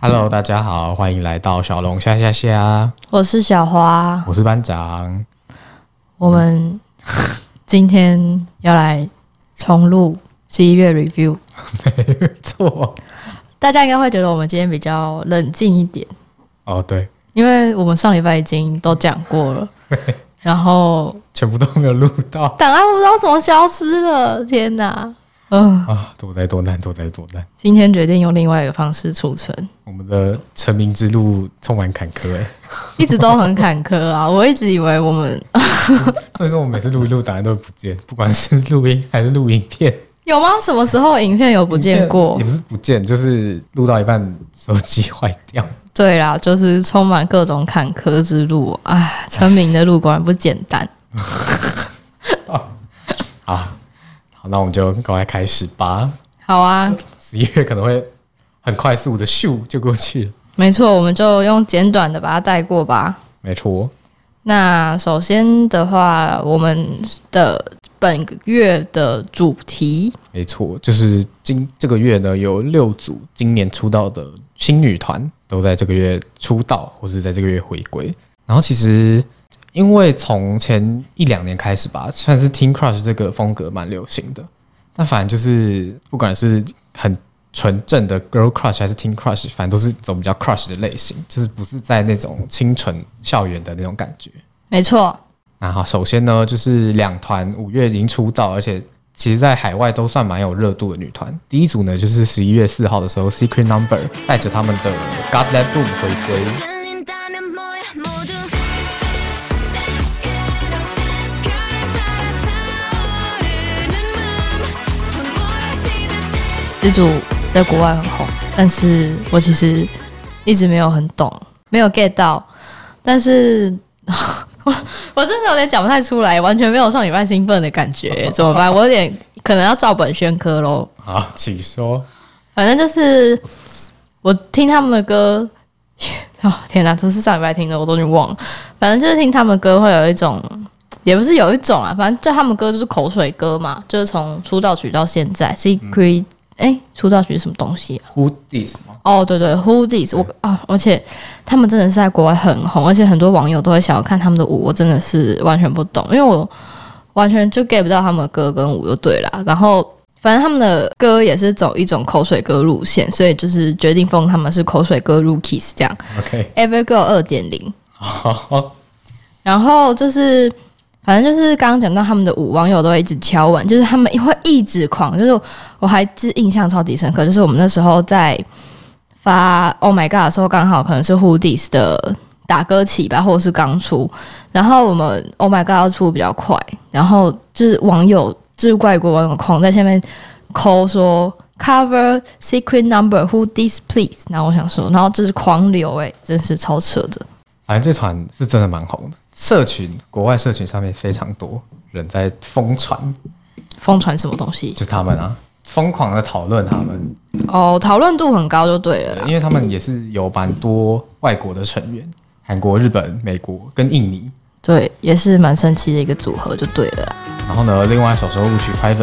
Hello，大家好，欢迎来到小龙虾虾虾，我是小花，我是班长。我们今天要来重录十一月 review。错大家应该会觉得我们今天比较冷静一点，哦，对，因为我们上礼拜已经都讲过 了，然后全部都没有录到档案不知道怎么消失了，天哪！嗯、啊，多灾多难，多灾多难。今天决定用另外一个方式储存，我们的成名之路充满坎坷、哎，一直都很坎坷啊！ 我一直以为我们所以说我们每次录一录档案都会不见，不管是录音还是录影片，有吗？什么时候影片有不见过也？不是不见，就是录到一半手机坏掉。对啦，就是充满各种坎坷之路。唉，成名的路果然不简单。好，啊好，那我们就赶快开始吧。好啊，十一月可能会很快速的咻就过去了，没错，我们就用简短的把它带过吧。没错。那首先的话，我们的本月的主题，没错，就是今这个月呢，有六组今年出道的新女团都在这个月出道，或是在这个月回归。然后其实因为从前一两年开始吧，算是 Teen Crush 这个风格蛮流行的，但反正就是不管是很纯正的 Girl Crush 还是 Teen Crush，反正都是走比较 Crush 的类型，就是不是在那种清纯校园的那种感觉。没错，那啊好，首先呢，就是两团五月已经出道，而且其实在海外都算蛮有热度的女团。第一组呢，就是十一月四号的时候，Secret Number 带着他们的 God Let Boom 回归。 떨린다는 뭐야 모두 별에 따라 타오르는 마음 동보라지듯 这组在国外很红，但是我其实一直没有很懂，没有 get 到，但是。 我我真的有点讲不太出来，完全没有上礼拜兴奋的感觉，怎么办？我有点可能要照本宣科喽。好，啊请说。反正就是我听他们的歌， 哦天哪，这是上礼拜听的，我都已经忘了。反正就是听他们歌会有一种，也不是有一种啊，反正就他们歌就是口水歌嘛，就是从出道曲到现在，Secret，哎、出道曲是什么东西啊？ Who dis 吗？哦，对对，Who Dis，我啊，而且他们真的是在国外很红，而且很多网友都会想要看他们的舞，我真的是完全不懂，因为我完全就 get 不到他们的歌跟舞就对啦。然后反正他们的歌也是走一种口水歌路线，所以就是决定封他们是口水歌 Rookies 这样 OK， ，Evergirl 二点零。好，然后就是，反正就是刚刚讲到他们的舞，网友都会一直敲碗，就是他们会一直狂，就是我还记印象超级深刻，就是我们那时候在发《Oh My God》的时候，刚好可能是 Who Dis 的打歌起吧，或者是刚出，然后我们《Oh My God》要出比较快，然后就是网友就是外国网友狂在下面抠说。Cover secret number, who this please？然后我想说，然后就是狂流哎、真是超扯的。反正这团是真的蛮红的，社群国外社群上面非常多人在疯传，疯传什么东西就？是他们啊，疯狂的讨论他们，哦，讨论度很高就对了对啦。因为他们也是有蛮多外国的成员，韩国、日本、美国跟印尼。对，也是蛮神奇的一个组合就对了啦。然后呢，另外一首收录曲《Privacy》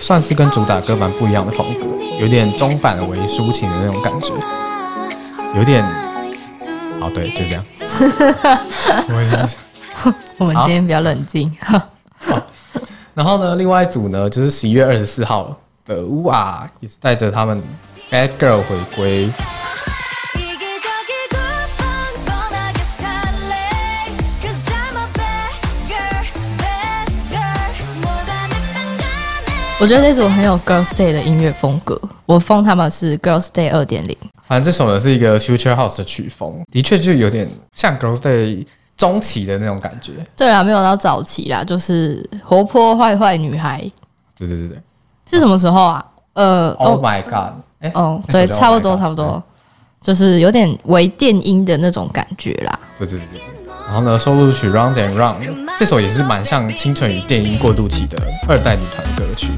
算是跟主打歌蛮不一样的风格，有点中反为抒情的那种感觉，有点……哦，对，就这样。我也这样想我们好今天比较冷静， 然后呢，另外一组呢，就是十一月二十四号的乌啊，也是带着他们 Bad Girl 回归。 이기적이고 뻔 뻔하게 살래 Cause I'm a bad girl, bad girl 뭐가 됐든 간에 我觉得这组很有 Girls Day 的音乐风格，我封他们是 Girls Day 二点零。反正这首呢是一个 Future House 的曲风，的确就有点像 Girls Day 中期的那种感觉。对啦，没有到早期啦，就是活泼坏坏女孩对对对对是什么时候啊？呃， ，Oh 哦 my God！哎、哦，那首对，叫 Oh 差不 My 多 God 差不多，就是有点微电音的那种感觉啦。对对对对。然后呢，收录曲《Round and Round》这首也是蛮像清纯与电音过渡期的二代女团歌曲，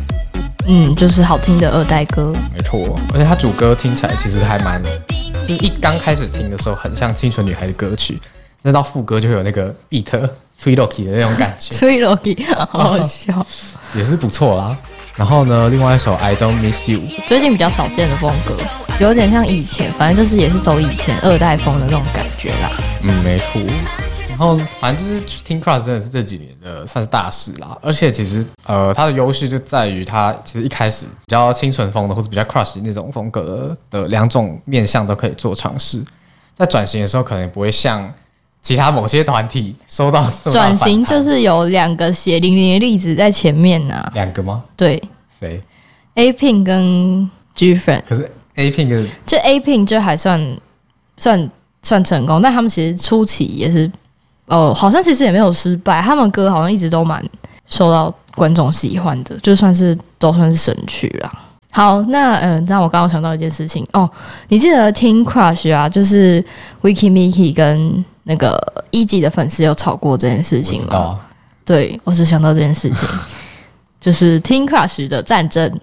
嗯，就是好听的二代歌。没错。而且它主歌听起来其实还蛮，就是一刚开始听的时候很像清纯女孩的歌曲，那到副歌就会有那个 beat t w i l o k y 的那种感 觉，崔罗基，好好笑。也是不错啦。然后呢，另外一首《I Don't Miss You》最近比较少见的风格。有点像以前，反正就是也是走以前二代风的那种感觉啦。嗯，没错。然后反正就是 Team Cross 真的是这几年的算是大事啦，而且其实呃它的优势就在于它其实一开始呃比较清纯风的或者比较 Crush 那种风格的的两种面向都可以做尝试，在转型的时候可能也不会像其他某些团体收到这么大转反弹型就是有两个血淋淋的例子在前面呐、两个吗？对谁？ ，A Pink 跟 G Friend，可是 A Pink 就 A Pink 就还算算算成功，但他们其实初期也是哦，好像其实也没有失败，他们歌好像一直都蛮受到观众喜欢的，就算是都算是神曲啦。好，那嗯、呃，让我刚刚想到一件事情哦，你记得听 Crush 啊，就是 Wiki Miki 跟那个一级的粉丝有吵过这件事我情知吗？道啊，对，我只想到这件事 情，就是听 Crush 的战争。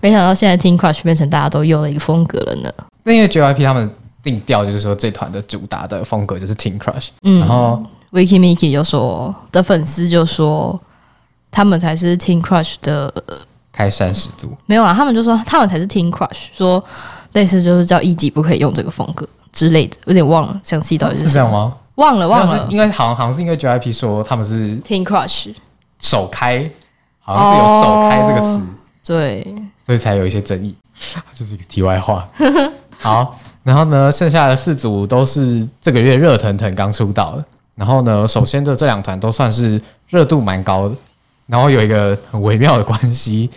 没想到现在听 Crush 变成大家都用的一个风格了呢。那因为 JYP 他们定调就是说这团的主打的风格就是 Team Crush，、嗯，然后 Wiki Miki 就说的粉丝就说他们才是 Teen Crush 的，呃开山始祖。没有啦，他们就说他们才是 Teen Crush，说类似就是叫一级不可以用这个风格之类的，有点忘了详细到底是什这样么，吗？忘了忘没有了是因为好像好像是因为 JYP 说他们是 Teen Crush，首开，好像是有“首开”这个哦词，对，所以才有一些争议。 这是一个题外话。 好，然后呢，剩下的四组都是这个月热腾腾刚出道的。然后呢，首先的这两团都算是热度蛮高的，然后有一个很微妙的关系，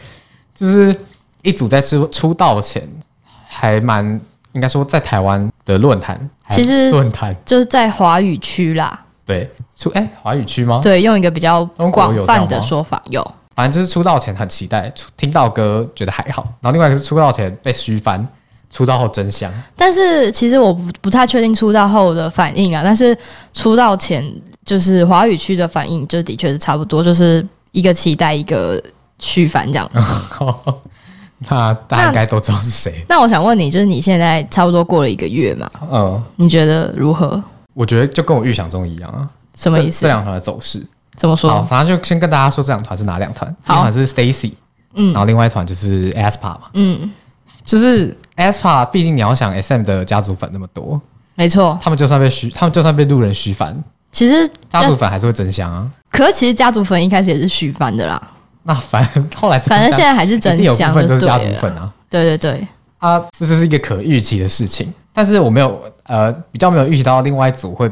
就是一组在出出道前还蛮应该说在台湾的论坛，其实论坛就是在华语区啦，对出哎华语区吗？对，用一个比较中国有广这样泛的吗说法有。反正就是出道前很期待，出听到歌觉得还好，然后另外一个是出道前被虚翻，出道后真香。 但是其实我不不太确定出道后的反应啊，但是出道前就是华语区的反应，就的确是差不多，就是一个期待一个虚反这 嗯样。那大家应该都知道是谁。那我想问你，就是你现在差不多过了一个月嘛，嗯，你觉得如何？我觉得就跟我预想中一样啊。什么意思这这？两团的走势，怎么好，说？反正就先跟大家说这两团是哪两团。一好团是 Stacy，然嗯后另外一团就是 aespa 嘛。嗯，就是 aespa，毕竟你要想 SM 的家族粉那么多，没错。他们就算被虚，他们就算被路人虚翻，其实家家族，粉还是会真香啊。可是其实家族粉一开始也是虚 翻的啦，那反正后来真反正现香在还是真一定有部香分就就是对家族了。粉啊。对对对，啊，这这是一个可预期的事情，但是我没有呃比较没有预期到另外一组会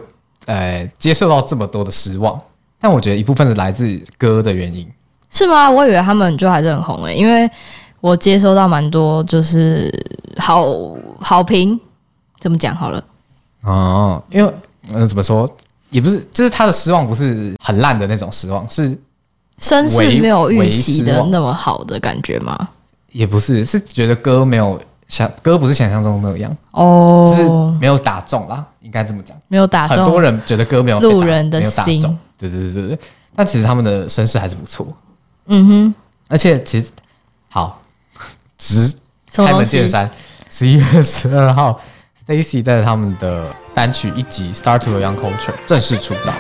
呃接受到这么多的失望，但我觉得一部分是来自于歌的原因，是吗？我以为他们就还是很红诶、欸因为我接收到蛮多就是好好评，怎么讲好了？哦，因为嗯、呃怎么说也不是，就是他的失望不是很烂的那种失望，是声势没有预习为为失的望那么好的感觉吗？也不是是觉得歌没有想歌不是想象中那样，就是哦，没有打中啦，应该这么讲，没有打很多中人觉得歌没有被打啊路人的没有打心中，对对对对对，但其实他们的声势还是不错，嗯哼，而且其实好，直什么开东门见西？山，十一月十二号，Stacy 带着他们的单曲一集《Start to a Young Culture》正式出道。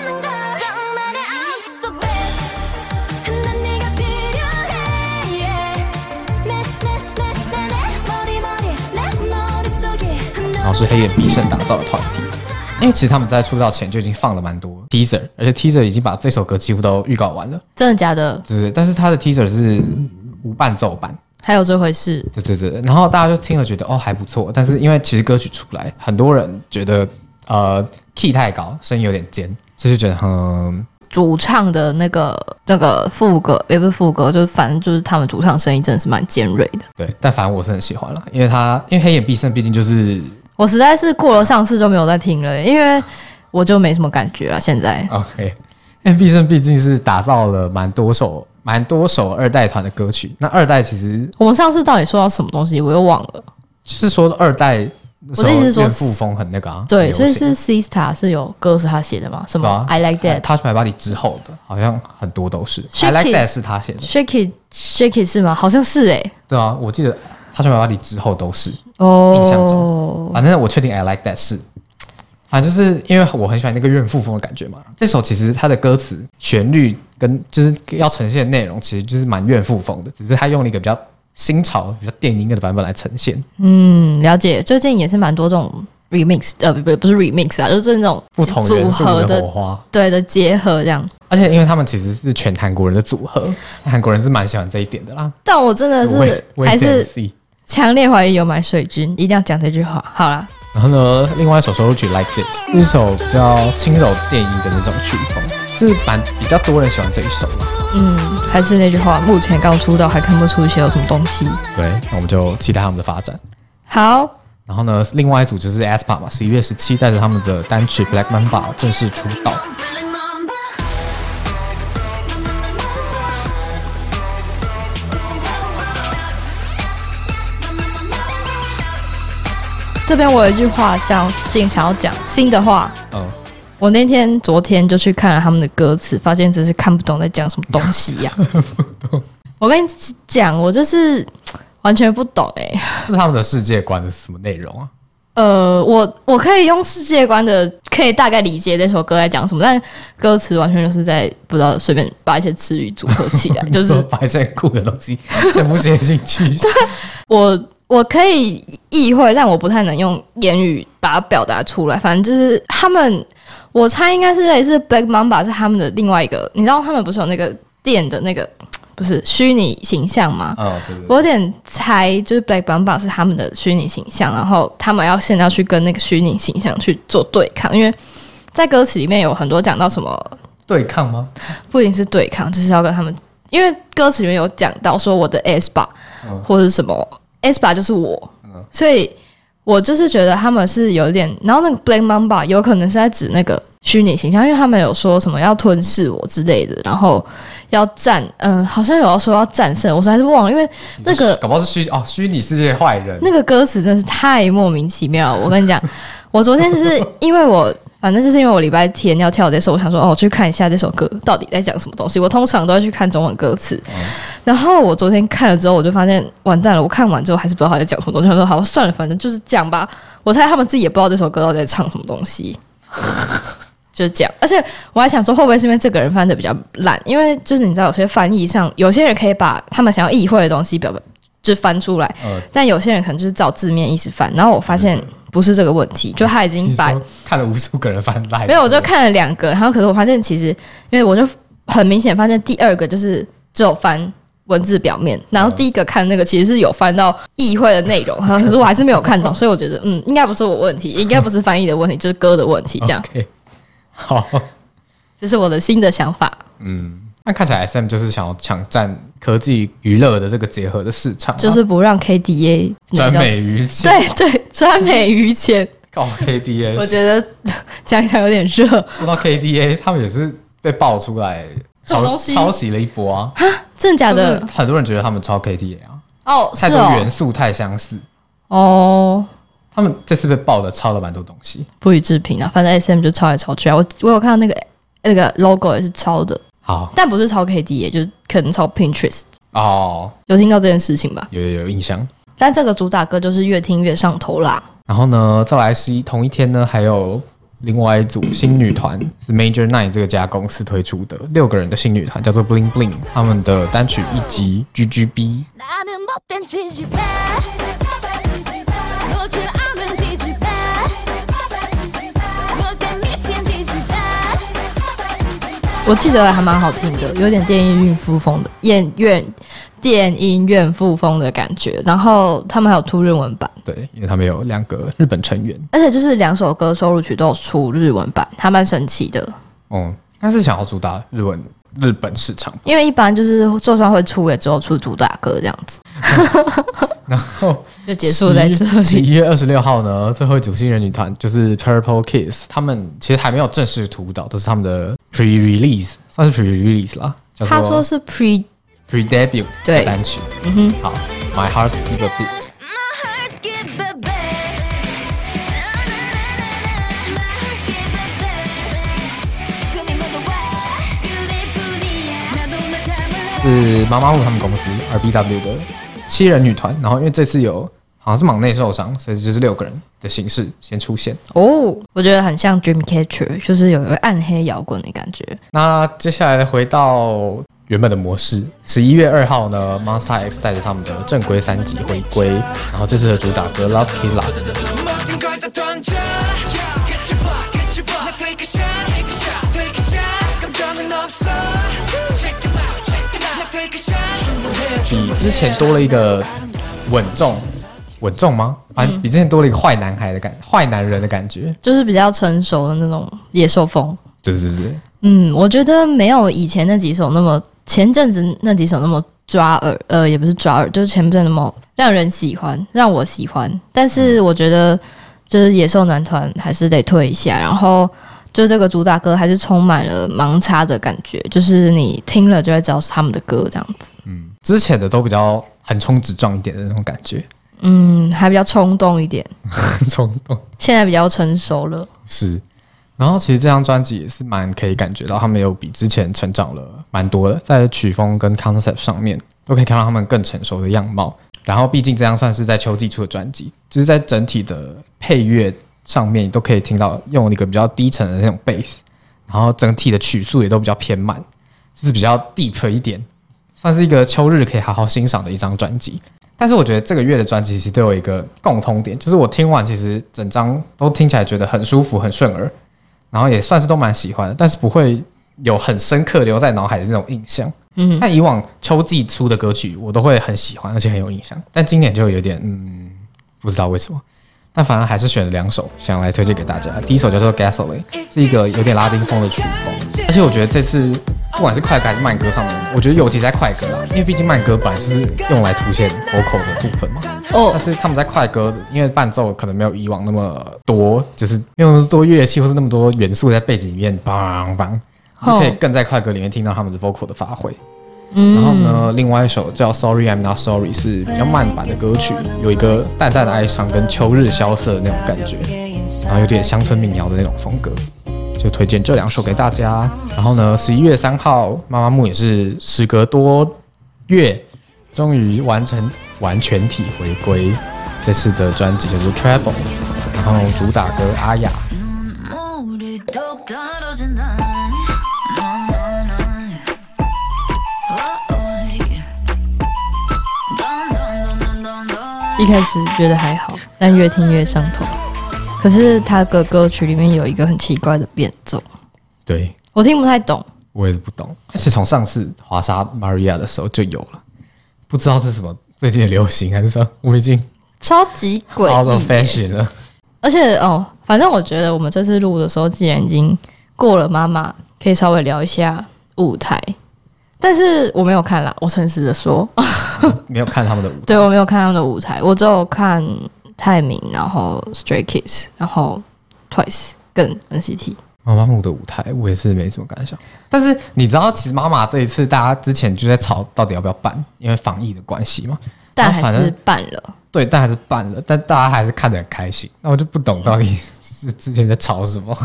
장만의 I'm so bad 난 네가 필요해 내내내내내 머리 머리 내 머릿속에 然后是黑眼必胜打造的团体。因为其实他们在出道前就已经放了蛮多 teaser，而且 teaser 已经把这首歌几乎都预告完了，真的假的？对对。对但是他的 teaser 是无伴奏版，还有这回事？对对对，然后大家就听了觉得哦还不错，但是因为其实歌曲出来，很多人觉得呃 key 太高，声音有点尖，所以就觉得嗯主唱的那个那个副歌也不是副歌，就是反正就是他们主唱声音真的是蛮尖锐的。对，但反正我是很喜欢了，因为他因为黑眼必胜毕竟就是 我实在是过了上次就没有再听了、因为我就没什么感觉了。现在 OK，因为必胜毕竟是打造了蛮多首蛮多首二代团的歌曲，那二代其实我们上次到底说到什么东西，我又忘了。就是说二代那时候我的意思是说怨妇风很那个啊，对，很所以流行是 Sista 是有歌是他写的嘛？什么、对啊 I Like 呃 That、 Touch My Body 之后的，好像很多都是 Shake I Like It That 是他写的， Shake It Shake It 是吗？好像是哎、对啊，我记得 Touch My Body 之后都是，印象哦，反正我确定 I Like That 是。反正就是因为我很喜欢那个怨妇风的感觉嘛，这首其实它的歌词、旋律跟就是要呈现的内容，其实就是蛮怨妇风的，只是它用了一个比较新潮比较电音乐的版本来呈现，嗯，了解。最近也是蛮多这种 remix，呃，不不不是 remix 啊，就是那种不同组元素合的的火花。对的结合这样。而且因为他们其实是全韩国人的组合，韩国人是蛮喜欢这一点的啦。但我真的我也是我也还这样是 see 强烈怀疑有买水军，一定要讲这句话。好啦，然后呢，另外一首收录曲《Like This》是一首比较轻柔电音的那种曲风，就是蛮比较多人喜欢这一首啦。嗯，还是那句话，目前刚出道还看不出一些有什么东西。对，那我们就期待他们的发展。好，然后呢，另外一组就是 aespa 嘛，十一月十七带着他们的单曲《Black Mamba》正式出道。 Feeling mamba. 这边我有一句话想新想要讲新的话。嗯，我那天昨天就去看了他们的歌词，发现真是看不懂在讲什么东西呀、我跟你讲，我就是完全不懂哎、是他们的世界观的什么内容啊？呃，我我可以用世界观的，可以大概理解这首歌在讲什么，但歌词完全就是在不知道随便把一些词语组合起来，就你说 是把一些酷的东 西全部写进去。我我可以意会，但我不太能用言语把它表达出来。反正就是他们，我猜应该是类似 Black Mamba 是他们的另外一个，你知道他们不是有那个店的那个不是虚拟形象吗？嗯，对对我对。有点猜，就是 Black Mamba 是他们的虚拟形象，然后他们要现在要去跟那个虚拟形象去做对抗，因为在歌词里面有很多讲到什么对抗吗？不仅是对抗，就是要跟他们，因为歌词里面有讲到说我的 S 吧、嗯或者是什么 S 吧就是我，嗯所以我就是觉得他们是有一点，然后那个 Black Mamba 有可能是在指那个虚拟形象，因为他们有说什么要吞噬我之类的，然后要战，嗯、好像有要说要战胜，我实在是忘了，因为那个搞不好是虚哦，虚拟世界的坏人。那个歌词真是太莫名其妙了。我跟你讲， 我昨天是因为我。反正就是因为我礼拜天要跳这首，我想说哦，我去看一下这首歌到底在讲什么东西。我通常都会去看中文歌词，然后我昨天看了之后，我就发现完蛋了。我看完之后还是不知道他在讲什么东西。我想说好，算了，反正就是这样吧。我猜他们自己也不知道这首歌到底在唱什么东西，就是这样。而且我还想说，会不会是因为这个人翻的比较烂？因为就是你知道，有些翻译上，有些人可以把他们想要意会的东西表就翻出来，呃，但有些人可能就是照字面意思翻，然后我发现不是这个问题，就他已经嗯你把说看了无数个人翻烂，没有，我就看了两个，然后可是我发现其实，因为我就很明显发现第二个就是只有翻文字表面，然后第一个看那个其实是有翻到议会的内容， 然后可是我还是没有看懂，所以我觉得嗯，应该不是我 问题，应该不是翻译的问题，就是歌的问题，这样 OK，好，这是我的新的想法。嗯，那看起来 SM 就是想要抢占科技娱乐的这个结合的市场啊，就是不让 KDA 专那个叫美于前对对专美于前，告 KDA，我觉得讲一讲有点热，说到 KDA，他们也是被爆出来什么抄东西抄袭了一波啊，真的假就是的？很多人觉得他们抄 KDA 啊，哦，是太多元哦，素太相似，哦。他们这次被爆的抄了蛮多东西。不予置评啊，反正 SM 就抄来抄去啊。我我有看到那个那个 logo 也是抄的，好但不是抄 KDA，就是可能抄 Pinterest。哦，有听到这件事情吧？有有有印象。但这个主打歌就是越听越上头啦。然后呢，再来是一同一天呢，还有另外一组新女团是 Major Nine 这个家公司推出的六个人的新女团，叫做 Bling Bling，他们的单曲一集 GGB。 나는 못된 지지배 놀줄 아는 지지배 못된 미친 지지배 我记得还蛮好听的，有点电音孕妇风的，厌怨电音怨妇风的感觉。然后他们还有出日文版，对，因为他们有两个日本成员，而且就是两首歌收录曲都有出日文版，还蛮神奇的。嗯，应该是想要主打日文日本市场。因为一般就是就算会出，也只有出主打歌这样子，然后就结束在这十里。一月二十六号呢，最后一组新人女团就是 Purple Kiss，他们其实还没有正式出道，这是他们的 pre release，算是 pre release 啦。叫他说做是 pre pre debut 对的单曲。嗯哼，好，My Heart Skip a Beat。 My heart skip a beat My heart skip a beat 숨이 모두 와 그릴 뿐이야 나도 널 참을래 是妈妈木他们公司 RBW 的七人女团，然后因为这次有好像是忙内受伤，所以就是六个人的形式先出现。哦，我觉得很像 Dreamcatcher，就是有一个暗黑摇滚的感觉。那接下来回到原本的模式。十一月二号呢，Monster X 带着他们的正规三辑回归，然后这次的主打歌《Love Killa》。 모든 걸 다 던져 Get your butt, get your butt Now take a shot, take a shot, take a shot 감정은 없어 Check them out, check them out Now take a shot 충분해 比之前多了一个稳重，稳重吗？反正比之前多了一个坏男孩的感，坏男人的感觉。就是比较成熟的那种野兽风。对对对，嗯，我觉得没有以前那几首那么，前阵子那几首那么抓耳，呃，也不是抓耳，就是前阵子那么让人喜欢，让我喜欢。但是我觉得，就是野兽男团还是得退一下，然后就这个主打歌还是充满了盲插的感觉，就是你听了就会知道是他们的歌这样子。之前的都比较横冲直撞一点的那种感觉，嗯，还比较冲动一点， 很冲动现在比较成熟了。是。然后其实这张专辑也是蛮可以感觉到他们有比之前成长了蛮多的，在曲风跟 concept 上面都可以看到他们更成熟的样貌。然后毕竟这张算是在秋季出的专辑，就是在整体的配乐上面都可以听到用一个比较低沉的那种 bass，然后整体的曲速也都比较偏慢，就是比较 deep 一点，算是一个秋日可以好好欣赏的一张专辑。但是我觉得这个月的专辑其实都有一个共通点，就是我听完其实整张都听起来觉得很舒服、很顺耳，然后也算是都蛮喜欢的，但是不会有很深刻留在脑海的那种印象。嗯，但以往秋季出的歌曲我都会很喜欢，而且很有印象，但今年就有点嗯，不知道为什么。但反而还是选了两首想来推荐给大家。第一首叫做《Gasoline》，是一个有点拉丁风的曲风，而且我觉得这次不管是快歌还是慢歌上面，我觉得尤其在快歌啦，因为毕竟慢歌本来就是用来凸显 vocal 的部分嘛。哦但，是他们在快歌，因为伴奏可能没有以往那么多，就是没有那么多乐器或是那么多元素在背景里面，梆梆，就可哦以更在快歌里面听到他们的 vocal 的发挥。嗯然后呢，另外一首叫《Sorry I'm Not Sorry》是比较慢版的歌曲，有一个淡淡的哀伤跟秋日萧瑟的那种感觉，然后有点乡村民谣的那种风格，就推荐这两首给大家。然后呢，十一月三号，妈妈木也是时隔多月，终于完成完全体回归，这次的专辑叫做《Travel》，然后主打歌《阿雅》。 눈물이 똑 떨어진 난 너는 넌넌넌넌넌 一开始觉得还好，但越听越上头。可是他的歌曲里面有一个很奇怪的变奏，对我听不太懂。我也是不懂，而且从上次华沙 Maria 的时候就有了，不知道是什么最近的流行还是什么，我已经超级诡 out of 异， fashion 了。而且哦，反正我觉得我们这次录的时候，既然已经过了妈妈，可以稍微聊一下舞台。但是我没有看啦，我诚实的说，哦没有看他们的舞， 对我没有看他们的舞台，我只有看泰明，然后 Stray Kids，然后 Twice 跟 NCT。妈妈木的舞台我也是没什么感想。但是你知道，其实妈妈这一次大家之前就在吵到底要不要办，因为防疫的关系嘛。但然后还反是正办了，对，但还是办了，但大家还是看得很开心。那我就不懂到底是之前在吵什么。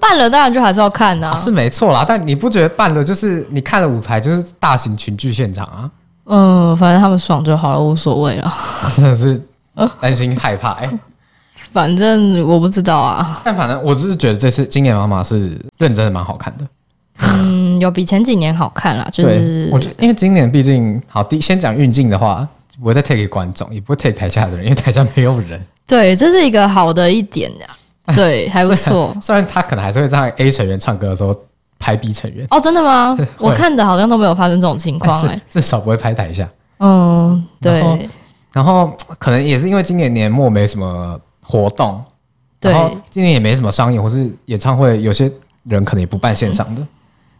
办了当然就还是要看呐、啊是没错啦，但你不觉得办了就是你看了舞台就是大型群聚现场啊？嗯，反正他们爽就好了，无所谓了。 真的是担心害怕、欸。反正我不知道啊，但反正我只是觉得这次今年妈妈是认真的蛮好看的，嗯，有比前几年好看啦，就是对，我觉得因为今年毕竟好第先讲运镜的话，不会再 take 给观众，也不会 take 台下的人，因为台下没有人，对，这是一个好的一点 的，对，还不错虽然。虽然他可能还是会在 A 成员唱歌的时候拍 B 成员，哦，真 的吗？我看的好像都没有发生这种情但况哎、啊是至少不会拍台下。嗯，然后对然后可能也是因为今年年末没什么活动，对然后今年也没什么商演或是演唱会，有些人可能也不办线上的，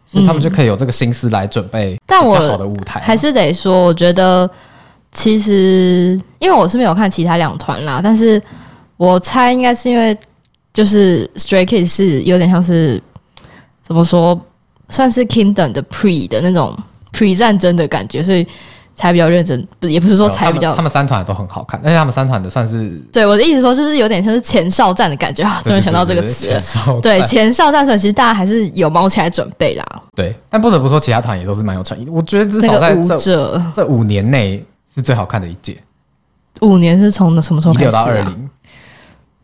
所以他们就可以有这个心思来准备嗯但比我较好的舞台啊，还是得说，我觉得其实因为我是没有看其他两团啦，但是我猜应该是因为就是 Stray Kids 是有点像是怎么说，算是 Kingdom 的 pre 的那种 pre 战争的感觉，所以才比较认真，不也不是说才哦呃他比们较他。们三团都很好看，而且他们三团的算是对我的意思说，就是有点像是前哨战的感觉啊！终于想到这个词了。对对前哨战，所以其实大家还是有毛起来准备啦。对，但不得不说，其他团也都是蛮有诚意的。我觉得至那少在个舞这者这五年内是最好看的一届，五年是从什么时候一开六始到二啊？零，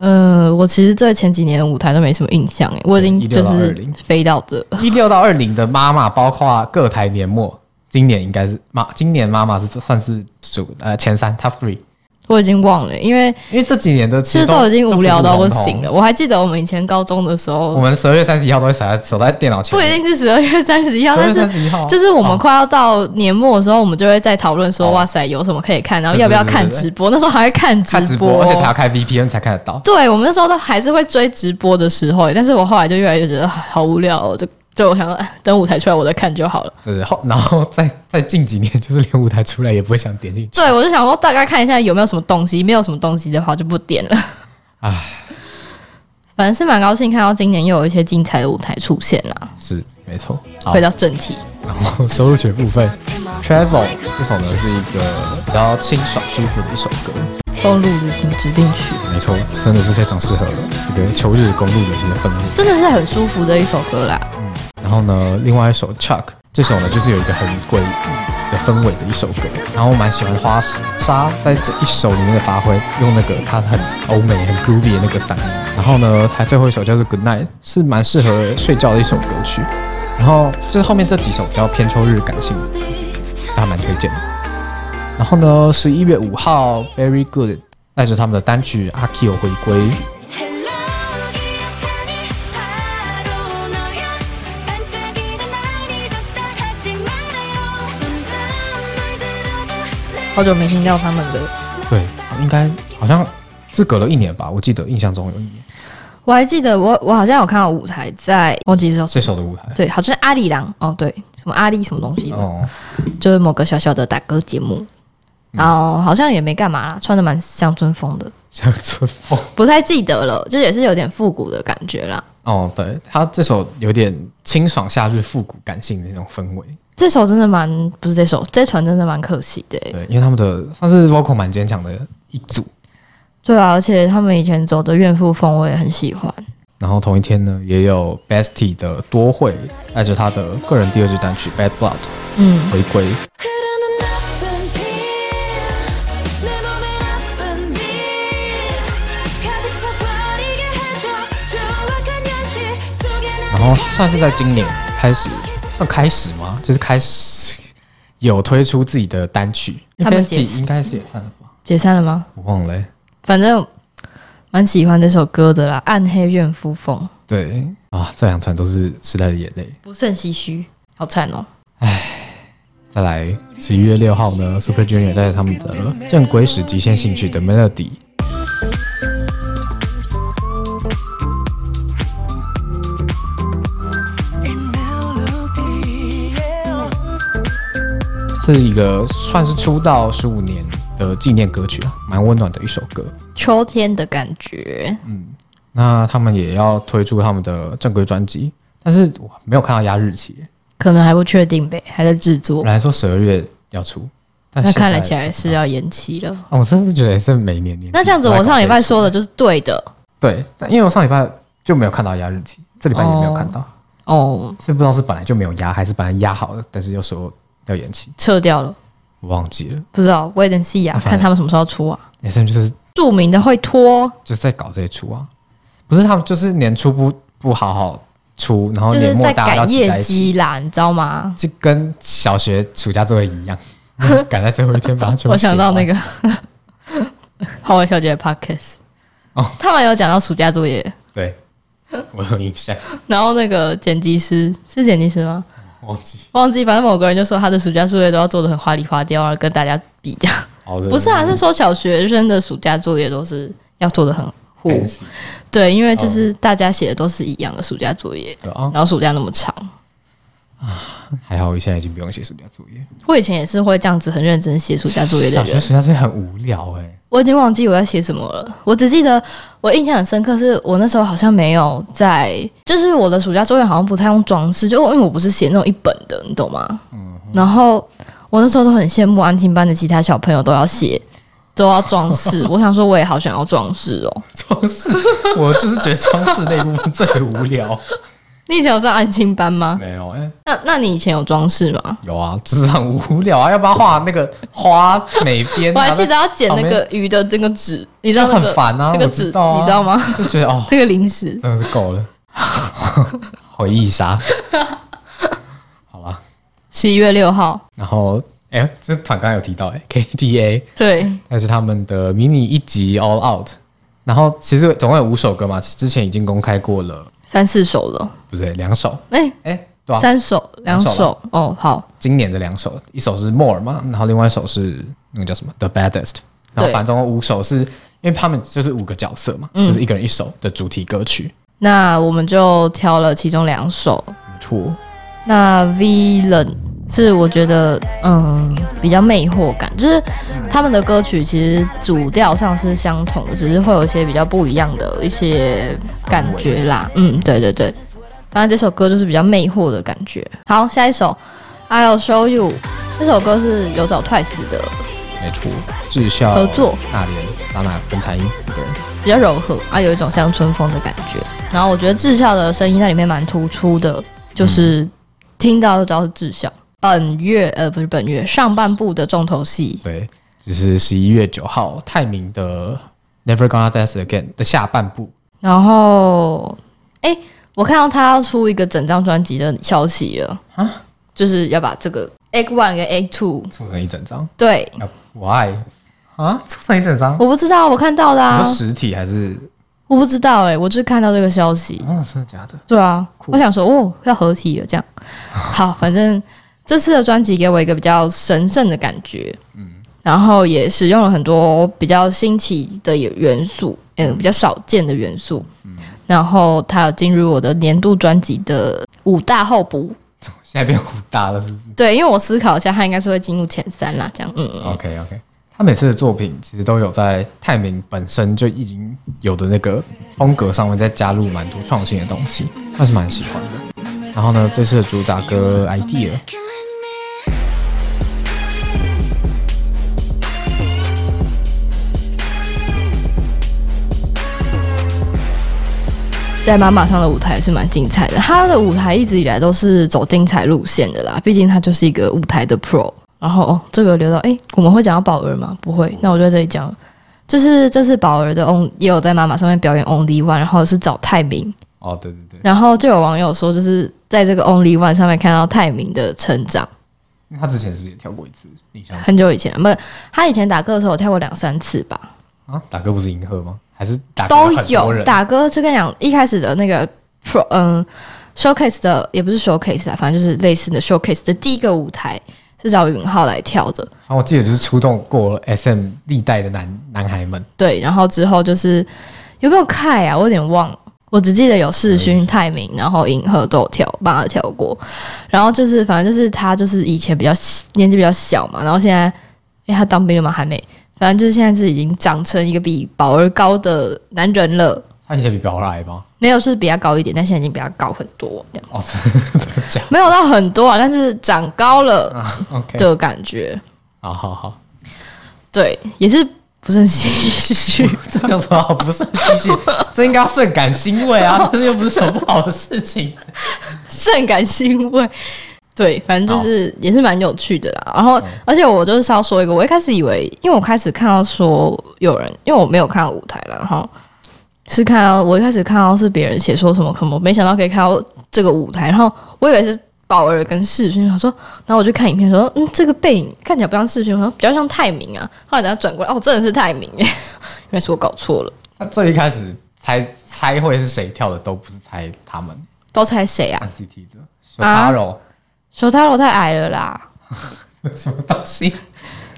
嗯，我其实对前几年的舞台都没什么印象诶，我已经就16到是20飞到这了。一六到二零的妈妈，包括各台年末，今年应该是妈，今年妈妈是算是主呃前三 top three，我已经忘了，因为因为这几年的其其实实都都已经无聊到不行。都普普通了。我还记得我们以前高中的时通我候，们十二月三十一号都会守在守在电脑前不一面，定是十二月三十一号，但12月是31号啊就是我们快要到年末的时候，我们就会在讨论说，哦哇塞，有什么可以看，然后对要不要对对看对对直播？那时候还会看直看直播，播，而且他要开 VPN 才看得到。对我们那时候都还是会追直播的时候，但是我后来就越来越觉得啊好无聊、哦，就就我想说哎等舞台出来我再看就好了。对，然后然后再再近几年，就是连舞台出来也不会想点进去。对，我就想说大概看一下有没有什么东西，没有什么东西的话就不点了。唉，反正是蛮高兴看到今年又有一些精彩的舞台出现啦。是没错。好回到正题，然后收入学部分，Travel 这首呢是一个比较清爽舒服的一首歌， 《公路旅行指定曲没错，真的是非常适合这个秋日公路旅行的氛围》。真的是很舒服的一首歌啦。然后呢，另外一首 Chuck 这首呢，就是有一个很诡异的氛围的一首歌。然后我蛮喜欢花沙在这一首里面的发挥，用那个它很欧美、很 groovy 的那个嗓音。然后呢，还最后一首叫做 Good Night，是蛮适合睡觉的一首歌曲。然后就是后面这几首比较偏秋日感性，嗯还蛮推荐的。然后呢，十一月五号，Very Good 带着他们的单曲《阿 Q》回归， 헬로 기억하니 바로 너야 반짝이는 날이 덥다 하지 말아요 점점 물들어도 好久没听到他们的，对，应该好像是隔了一年吧，我记得印象中有一年我还记得我我好像有看到舞台在忘记是这首的舞台。对，好像是阿里郎哦，对，什么阿里什么东西的，哦，就是某个小小的打歌节目，嗯然后好像也没干嘛啦，穿的蛮乡村风的，乡村风。不太记得了，就也是有点复古的感觉啦。哦，对，他这首有点清爽夏日复古感性的那种氛围。这首真的蛮不是这首，这团真的蛮可惜的欸、对，因为他们的算是 vocal 蛮坚强的一组。对啊，而且他们以前走的怨妇风我也很喜欢。然后同一天呢，也有 Bestie 的多惠带着他的个人第二支单曲《Bad Blood》嗯，回归。 흐르는 나쁜 비내 몸에 나쁜 비 가득 차버리게 해줘 정확한 현실 속에는 然后算是在今年开始，算开始吗？就是开始有推出自己的单曲。他们解 Bestie 应该是也算了吧，解散了吗？我忘了欸、反正蛮喜欢这首歌的啦，《暗黑怨妇风》对啊，这两团都是时代的眼泪。不胜唏嘘，好惨哦。再来，十一月六号呢，Super Junior 带着他们的正规时极限兴趣的 Melody， 이 멜로디에 是一个算是出道十五年的纪念歌曲啊，蛮温暖的一首歌。秋天的感觉，那他们也要推出他们的正规专辑，但是我没有看到压日期，可能还不确定呗，还在制作本。来说十二月要出，但那现在看了起来是要延期了。哦，我真是觉得是每年年底那这样子，都在我搞上礼拜这事说的就是对的对，但因为我上礼拜就没有看到压日期，这礼拜也没有看到，哦，所以不知道是本来就没有压，还是本来压好了，但是又说要延期，撤掉了，我忘记了。不知道 wait and see 啊，啊反正看他们什么时候出啊。也是就是著名的会拖，就在搞这一出啊，不是他们就是年初不不好好出，然后就是年末在大家要赶挤在业一起，绩啦，你知道吗？就跟小学暑假作业一样，赶在最后一天把它全部 我想到那个个浩伟小姐的 podcast，、哦他们有讲到暑假作业，对，我有印象，然后那个剪辑师是剪辑师吗？忘记忘记，反正某个人就说他的暑假作业都要做的很花里花调，然后跟大家比这样。好的不是啊，是说小学生的暑假作业都是要做的很糊， fancy 哦对，因为就是大家写的都是一样的暑假作业，对啊，然后暑假那么长，还好我现在已经不用写暑假作业，我以前也是会这样子很认真写暑假作业的小学人。暑假作业很无聊哎、 我已经忘记我在写什么了，我只记得我印象很深刻，是我那时候好像没有在，就是我的暑假作业好像不太用装饰，就因为我不是写那种一本的，你懂吗？嗯然后我那时候都很羡慕安静班的其他小朋友都要写，都要装饰， 我想说我也好想要装饰哦。装饰，我就是觉得装饰那一部分最无聊。你以前有上安亲班吗？没有哎、那那你以前有装饰吗？有啊，就是很无聊啊，要不要画那个花啊哪边、我还记得要剪那旁个边鱼的那个纸，你知道就那个很烦啊那个我纸知道啊你知道吗？ 就觉得哦，那个零食，真的是够 了，回忆杀。好啦，十一月六号，然后哎、这团刚刚有提到哎、KTA，对，那是他们的迷你一集 All Out。然后其实总共有五首歌嘛，之前已经公开过了，三四首了，不对，两首，哎、哎、对吧、三首两两首吧首哦，好，今年的两首，一首是 More 嘛，然后另外一首是那个叫什么 The Baddest，然后对嗯反正五首是因为他们就是五个角色嘛，就是一个人一首的主题歌曲。那我们就挑了其中两首。没错，那 Villain 是我觉得嗯比较魅惑感，就是他们的歌曲其实主调上是相同的，只是会有一些比较不一样的一些感觉啦。嗯，对对对，反正这首歌就是比较魅惑的感觉。好，下一首 I'll Show You 这首歌是有找 Twice 的，没错，智孝合作、大连、拉娜跟蔡英四个人，比较柔和啊，有一种像春风的感觉。然后我觉得智孝的声音在里面蛮突出的，嗯就是听到就知道是智孝。本月呃不是本月上半部的重头戏，对，就是十一月九号泰明的 Never Gonna Dance Again 的下半部，然后哎、我看到他要出一个整张专辑的消息了啊就是要把这个 Egg One 跟 Egg Two 凑成一整张。对，啊 Why 啊？凑成一整张？我不知道我看到的你啊说，实体还是？我不知道哎、我就是看到这个消息，啊，真的假的？对啊，我想说哦，要合体了这样。 好，反正这次的专辑给我一个比较神圣的感觉，嗯，然后也使用了很多比较新奇的元素，嗯、比较少见的元素，然后它有进入我的年度专辑的五大候补。现在变武大了是不是对，因为我思考一下，它应该是会进入前三啦，这样，嗯， ？OK OK，他每次的作品其实都有在泰明本身就已经有的那个风格上面再加入蛮多创新的东西，算是蛮喜欢的。然后呢，这次的主打歌 Idea，在妈妈上的舞台是蛮精彩的。他的舞台一直以来都是走精彩路线的啦，毕竟他就是一个舞台的 pro。然后哦，这个留到哎、我们会讲到宝儿吗？不会，那我就在这里讲了。就是这次宝儿的 on 也有在妈妈上面表演 Only One，然后是找泰明，哦对对对，然后就有网友说，就是在这个 Only One 上面看到泰明的成长。因为他之前是不是也跳过一次？印象中很久以前，不，他以前打歌的时候有跳过两三次吧，啊，打歌不是银赫吗？还是打歌都很多有人打歌，就跟你讲一开始的那个 pro 嗯 showcase 的也不是 showcase 啊，反正就是类似的 showcase 的第一个舞台是找允浩来跳的，然啊后我记得就是出动过 SM 历代的男男孩们，对，然后之后就是有没有凯啊？我有点忘了。我只记得有世勋、泰明，然后银河都有跳，帮他跳过。然后就是，反正就是他就是以前比较年纪比较小嘛，然后现在，因为他当兵了嘛，还没，反正就是现在是已经长成一个比宝儿高的男人了。他以前比表来吗？没有，就是比他高一点，但现在已经比他高很多，这样哦， 真的假没有到很多啊，但是长高了啊？OK，的感觉，好好好，对，也是不是很唏嘘。这样说好不是很欣喜，这应该要甚感欣慰啊， 这又不是什么不好的事情。甚感欣慰。 对，反正就是也是蛮有趣的啦。然后，而且我就是要说一个，我一开始以为，因为我开始看到说有人，因为我没有看到舞台了，然后是看到我一开始看到是别人写说什么，可能我没想到可以看到这个舞台，然后我以为是宝儿跟世勋，想说，然后我就看影片说，嗯，这个背影看起来不像世勋，我说比较像泰明啊。后来等他转过来，哦，真的是泰明耶， 原来是我搞错了，他最一开始猜猜会是谁跳的，都不是猜他们都猜谁啊？按 CT 的小卡柔手太罗太矮了啦，什么 东西，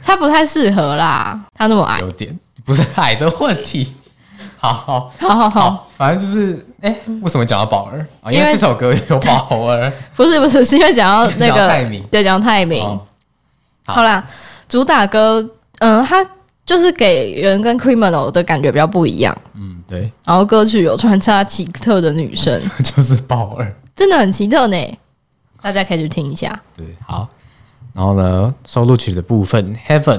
他不太适合啦，他那么矮。有点不是矮的问题。好好好好好，好，反正就是哎、为什么讲到宝儿啊？因因为为这首歌有宝儿。不是不是，是因为讲到那讲个到泰明对，讲到泰明。哦好好啦，主打歌，嗯，它就是给人跟 Criminal 的感觉比较不一样，嗯，对， 然后歌曲有穿插奇特的女生，就是宝儿。真的很奇特呢，大家可以去听一下。对，好。然后呢，收录曲的部分《Heaven》，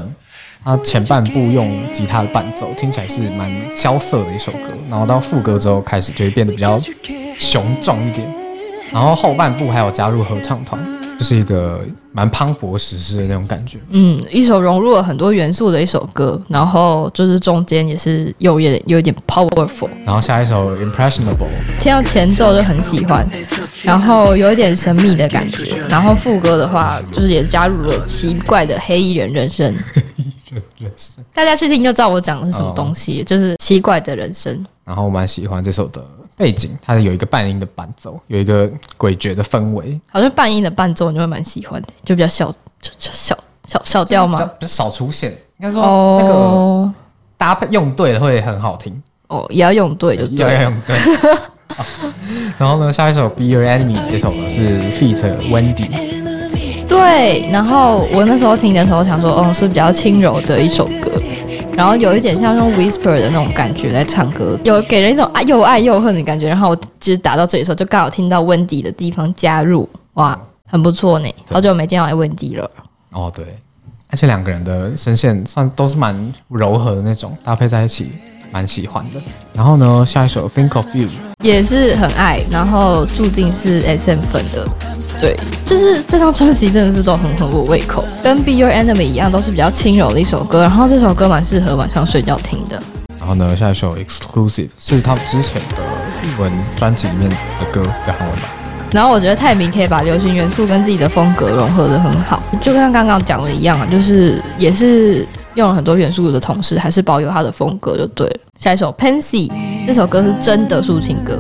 它前半部用吉他的伴奏，听起来是蛮萧瑟的一首歌。然后到副歌之后开始就会变得比较雄壮一点，然后后半部还有加入合唱团，就是一个蛮磅礴实施的那种感觉。嗯，一首融入了很多元素的一首歌，然后就是中间也是有也有一点 powerful，然后下一首 Impressionable，听到前奏就很喜欢，然后有一点神秘的感觉，然后副歌的话就是也加入了奇怪的黑衣人人生，大家去听就知道我讲的是什哦么东西，就是奇怪的人生。然后我蛮喜欢这首的背景，它有一个半音的伴奏，有一个诡谲的氛围，好像半音的伴奏你会蛮喜欢的，就比较小小小小小调比较嘛。比较少出现，应该说那个哦搭配用对了会很好听，哦，也要用 对就对呃要要了。用对。 好然后呢，下一首《Be Your Enemy》这首呢是 feat Wendy，对，然后我那时候听的时候想说，哦，是比较轻柔的一首歌，然后有一点像用 whisper 的那种感觉在唱歌，有给人一种爱又爱又恨的感觉。然后我其实打到这里的时候，就刚好听到温迪的地方加入，哇，嗯很不错呢。好久没见到温迪了，哦对，而且两个人的声线算都是蛮柔和的那种，搭配在一起蛮喜欢的。然后呢，下一首《Think of You》也是很爱，然后注定是 S M 粉的，对，就是这张专辑真的是都很合我胃口，跟 Be Your Enemy 一样，都是比较轻柔的一首歌。然后这首歌蛮适合晚上睡觉听的。然后呢，下一首《Exclusive》是他们之前的日文专辑里面的歌，比较好玩吧？然后我觉得泰明可以把流行元素跟自己的风格融合的很好，就跟刚刚讲的一样啊，就是也是用了很多元素的同时，还是保有他的风格就对了。下一首《Pansy》这首歌是真的抒情歌，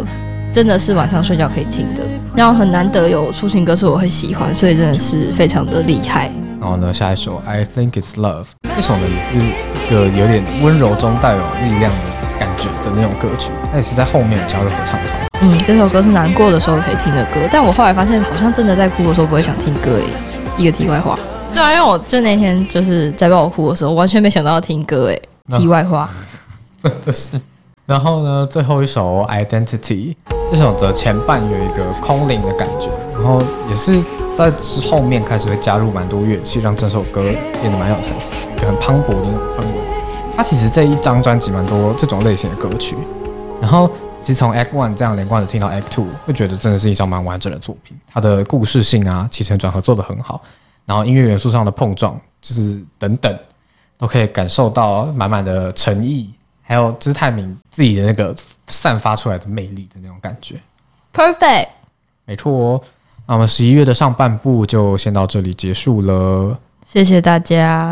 真的是晚上睡觉可以听的，然后很难得有抒情歌是我会喜欢，所以真的是非常的厉害。然后呢，下一首《I Think It's Love》这首呢也是一个有点温柔中带有力量的感觉的那种歌曲，它也是在后面有加入合唱团。嗯，这首歌是难过的时候可以听的歌，但我后来发现好像真的在哭的时候不会想听歌诶。一个题外话，对啊，因为我就那天就是在爆哭的时候，完全没想到要听歌诶。题外话，真的是。然后呢，最后一首《Identity》这首的前半有一个空灵的感觉，然后也是在之后面开始会加入蛮多乐器，让整首歌变得蛮有层次，一个很磅礴的那种氛围。它其实这一张专辑蛮多这种类型的歌曲，然后其实从 Act One 这样连贯的听到 Act Two，会觉得真的是一张蛮完整的作品。它的故事性啊、起承转合做得很好，然后音乐元素上的碰撞，就是等等，都可以感受到满满的诚意，还有就是泰明自己的那个散发出来的魅力的那种感觉。 Perfect，没错哦，那我们十一月的上半部就先到这里结束了。谢谢大家。